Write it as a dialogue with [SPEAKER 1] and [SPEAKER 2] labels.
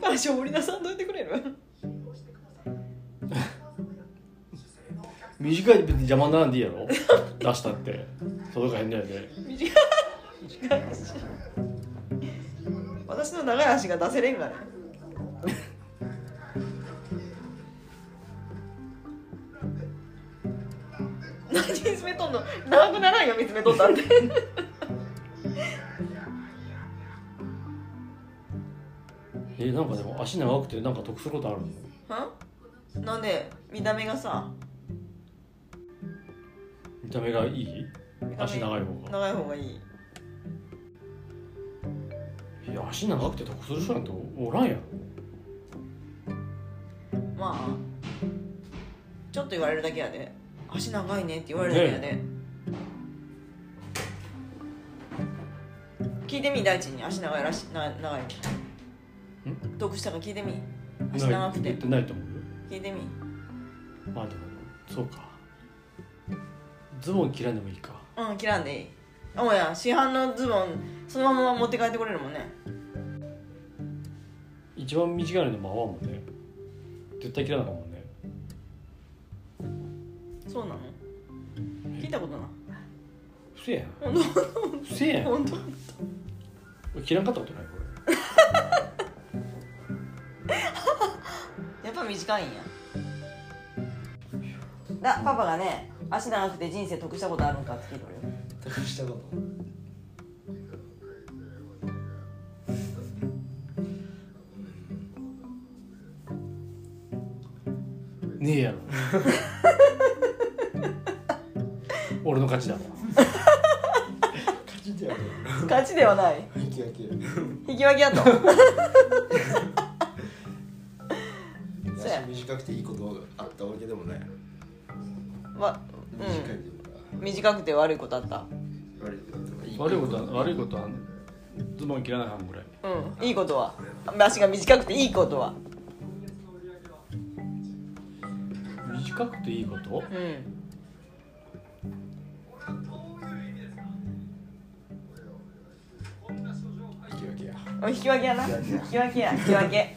[SPEAKER 1] からしょぼりなさんどいてくれる
[SPEAKER 2] 短いで別に邪魔にならんでいいやろ出したって届かへんだよね
[SPEAKER 1] 短い短い足私の長い足が出せれんがね 何見つめとんの長くならんよ見つめとったって
[SPEAKER 2] えなんかでも足長くてなんか得することあるの
[SPEAKER 1] はなんで見た目がさ
[SPEAKER 2] 見た目がいい
[SPEAKER 1] 見た目
[SPEAKER 2] 足長い方が
[SPEAKER 1] 長い方がいい
[SPEAKER 2] いや足長くて得する人なんておらんやろ
[SPEAKER 1] まあちょっと言われるだけやで足長いねって言われるだけやで、聞いてみ大地に足長いらしな長い
[SPEAKER 2] ん
[SPEAKER 1] 得したか聞いてみ
[SPEAKER 2] ない
[SPEAKER 1] 足長く
[SPEAKER 2] 言っててないと思うよ
[SPEAKER 1] 聞いてみう
[SPEAKER 2] まあでもそうかズボン切らんでもいいか
[SPEAKER 1] ん切らんでいいおや市販のズボンそのまま持って帰ってこれるもんね
[SPEAKER 2] 一番短いのでも合わんもんね絶対切らなあかんもんね
[SPEAKER 1] そうなの聞いたことない
[SPEAKER 2] 不正やん
[SPEAKER 1] 本当
[SPEAKER 2] 不正やん
[SPEAKER 1] 本当
[SPEAKER 2] 俺切らんかったことないこれ
[SPEAKER 1] やっぱ短いんやだパパがね足長くて人生得したことあるんかって聞いとるよ
[SPEAKER 3] 得したこと
[SPEAKER 2] ねえやろ俺の勝ちだわ
[SPEAKER 3] 勝ちだよね
[SPEAKER 1] 勝ちではない
[SPEAKER 3] 引き分け
[SPEAKER 1] 引き分けや とそうや
[SPEAKER 3] 足短くていいことあったわけでもない
[SPEAKER 1] ま
[SPEAKER 3] 短いと
[SPEAKER 1] う
[SPEAKER 3] いうか
[SPEAKER 1] ん短くて悪いことあった
[SPEAKER 3] 悪いことはいい
[SPEAKER 2] 悪いことは悪いことはズボン切らなあかんぐらい
[SPEAKER 1] うんいいことは足が短くていいことは
[SPEAKER 2] 短くていいこ
[SPEAKER 1] うん
[SPEAKER 2] と
[SPEAKER 3] 引き分けや
[SPEAKER 1] お引き分けやな引き分けや引き分け